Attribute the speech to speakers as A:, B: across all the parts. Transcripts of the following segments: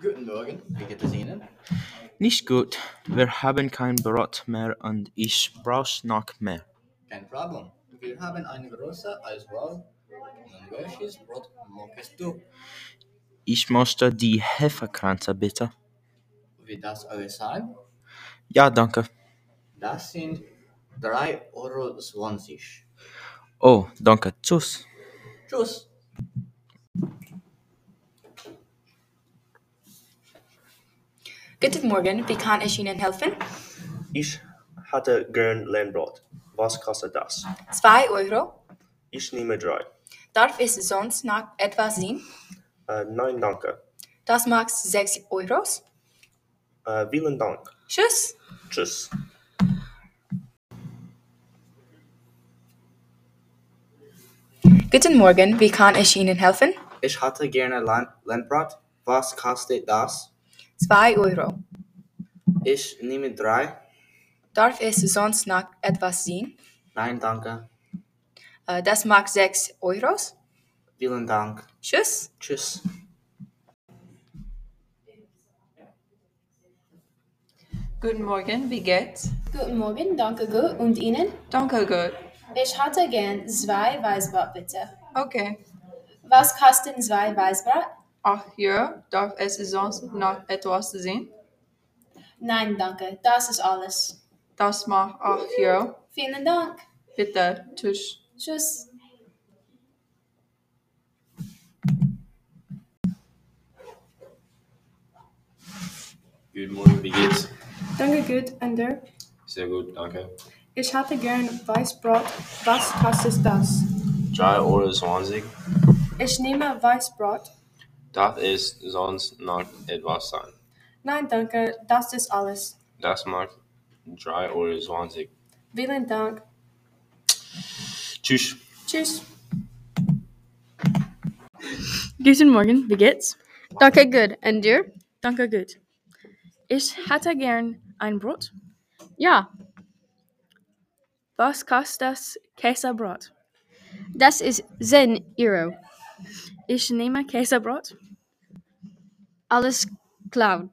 A: Guten Morgen, wie geht es Ihnen?
B: Nicht gut. Wir haben kein Brot mehr und ich brauche Schnack mehr.
A: Kein Problem. Wir haben eine große Auswahl. Und welches Brot möchtest du?
B: Ich möchte die Hefekranze bitte.
A: Wird das alles sein?
B: Ja, danke.
A: Das sind 3,20 Euro.
B: Oh, danke. Tschüss.
A: Tschüss!
C: Guten Morgen, wie kann ich Ihnen helfen?
D: Ich hätte gern Lernbrot. Was kostet das?
C: 2 Euro.
D: Ich nehme drei.
C: Darf es sonst noch etwas sehen?
D: Äh, nein, danke.
C: Das macht 6 Euro.
D: Äh, vielen Dank.
C: Tschüss.
D: Tschüss.
C: Guten Morgen, wie kann ich Ihnen helfen?
E: Ich hätte gerne Lan- Landbrot. Was kostet das?
C: 2 Euro.
E: Ich nehme drei.
C: Darf es sonst noch etwas sehen?
E: Nein, danke.
C: Äh, Das macht 6 Euro.
E: Vielen Dank.
C: Tschüss.
E: Tschüss.
F: Guten Morgen, wie geht's?
G: Guten Morgen, danke gut. Und Ihnen?
F: Danke, gut.
G: Ich hatte gern zwei Weißbrot, bitte.
F: Okay.
G: Was kosten zwei Weißbrot?
F: Ach ja, darf es sonst noch etwas sehen?
G: Nein, danke. Das ist alles.
F: Das macht ach ja.
G: Vielen Dank.
F: Bitte, tschüss.
G: Tschüss.
H: Guten Morgen, wie geht's?
I: Danke gut, Ander.
H: Sehr gut, danke.
I: Ich hatte gern Weißbrot. Was kostet das?
H: 3,20 Euro.
I: Ich nehme Weißbrot.
H: Darf es sonst noch etwas sein?
I: Nein, danke, das ist alles.
H: Das macht 3,20 Euro.
I: Vielen Dank.
H: Tschüss.
I: Tschüss.
J: Guten Morgen, wie geht's?
I: Danke gut, und dir?
J: Danke, gut. Ich hätte gern ein Brot. Ja. Was kostet das Käsebrot?
I: Das ist 10 Euro.
J: Ich nehme Käsebrot.
I: Alles klar.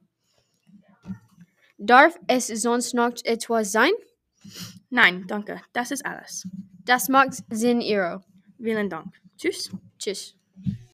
I: Darf es sonst noch etwas sein?
J: Nein, danke. Das ist alles.
I: Das macht 10 Euro.
J: Vielen Dank. Tschüss.
I: Tschüss.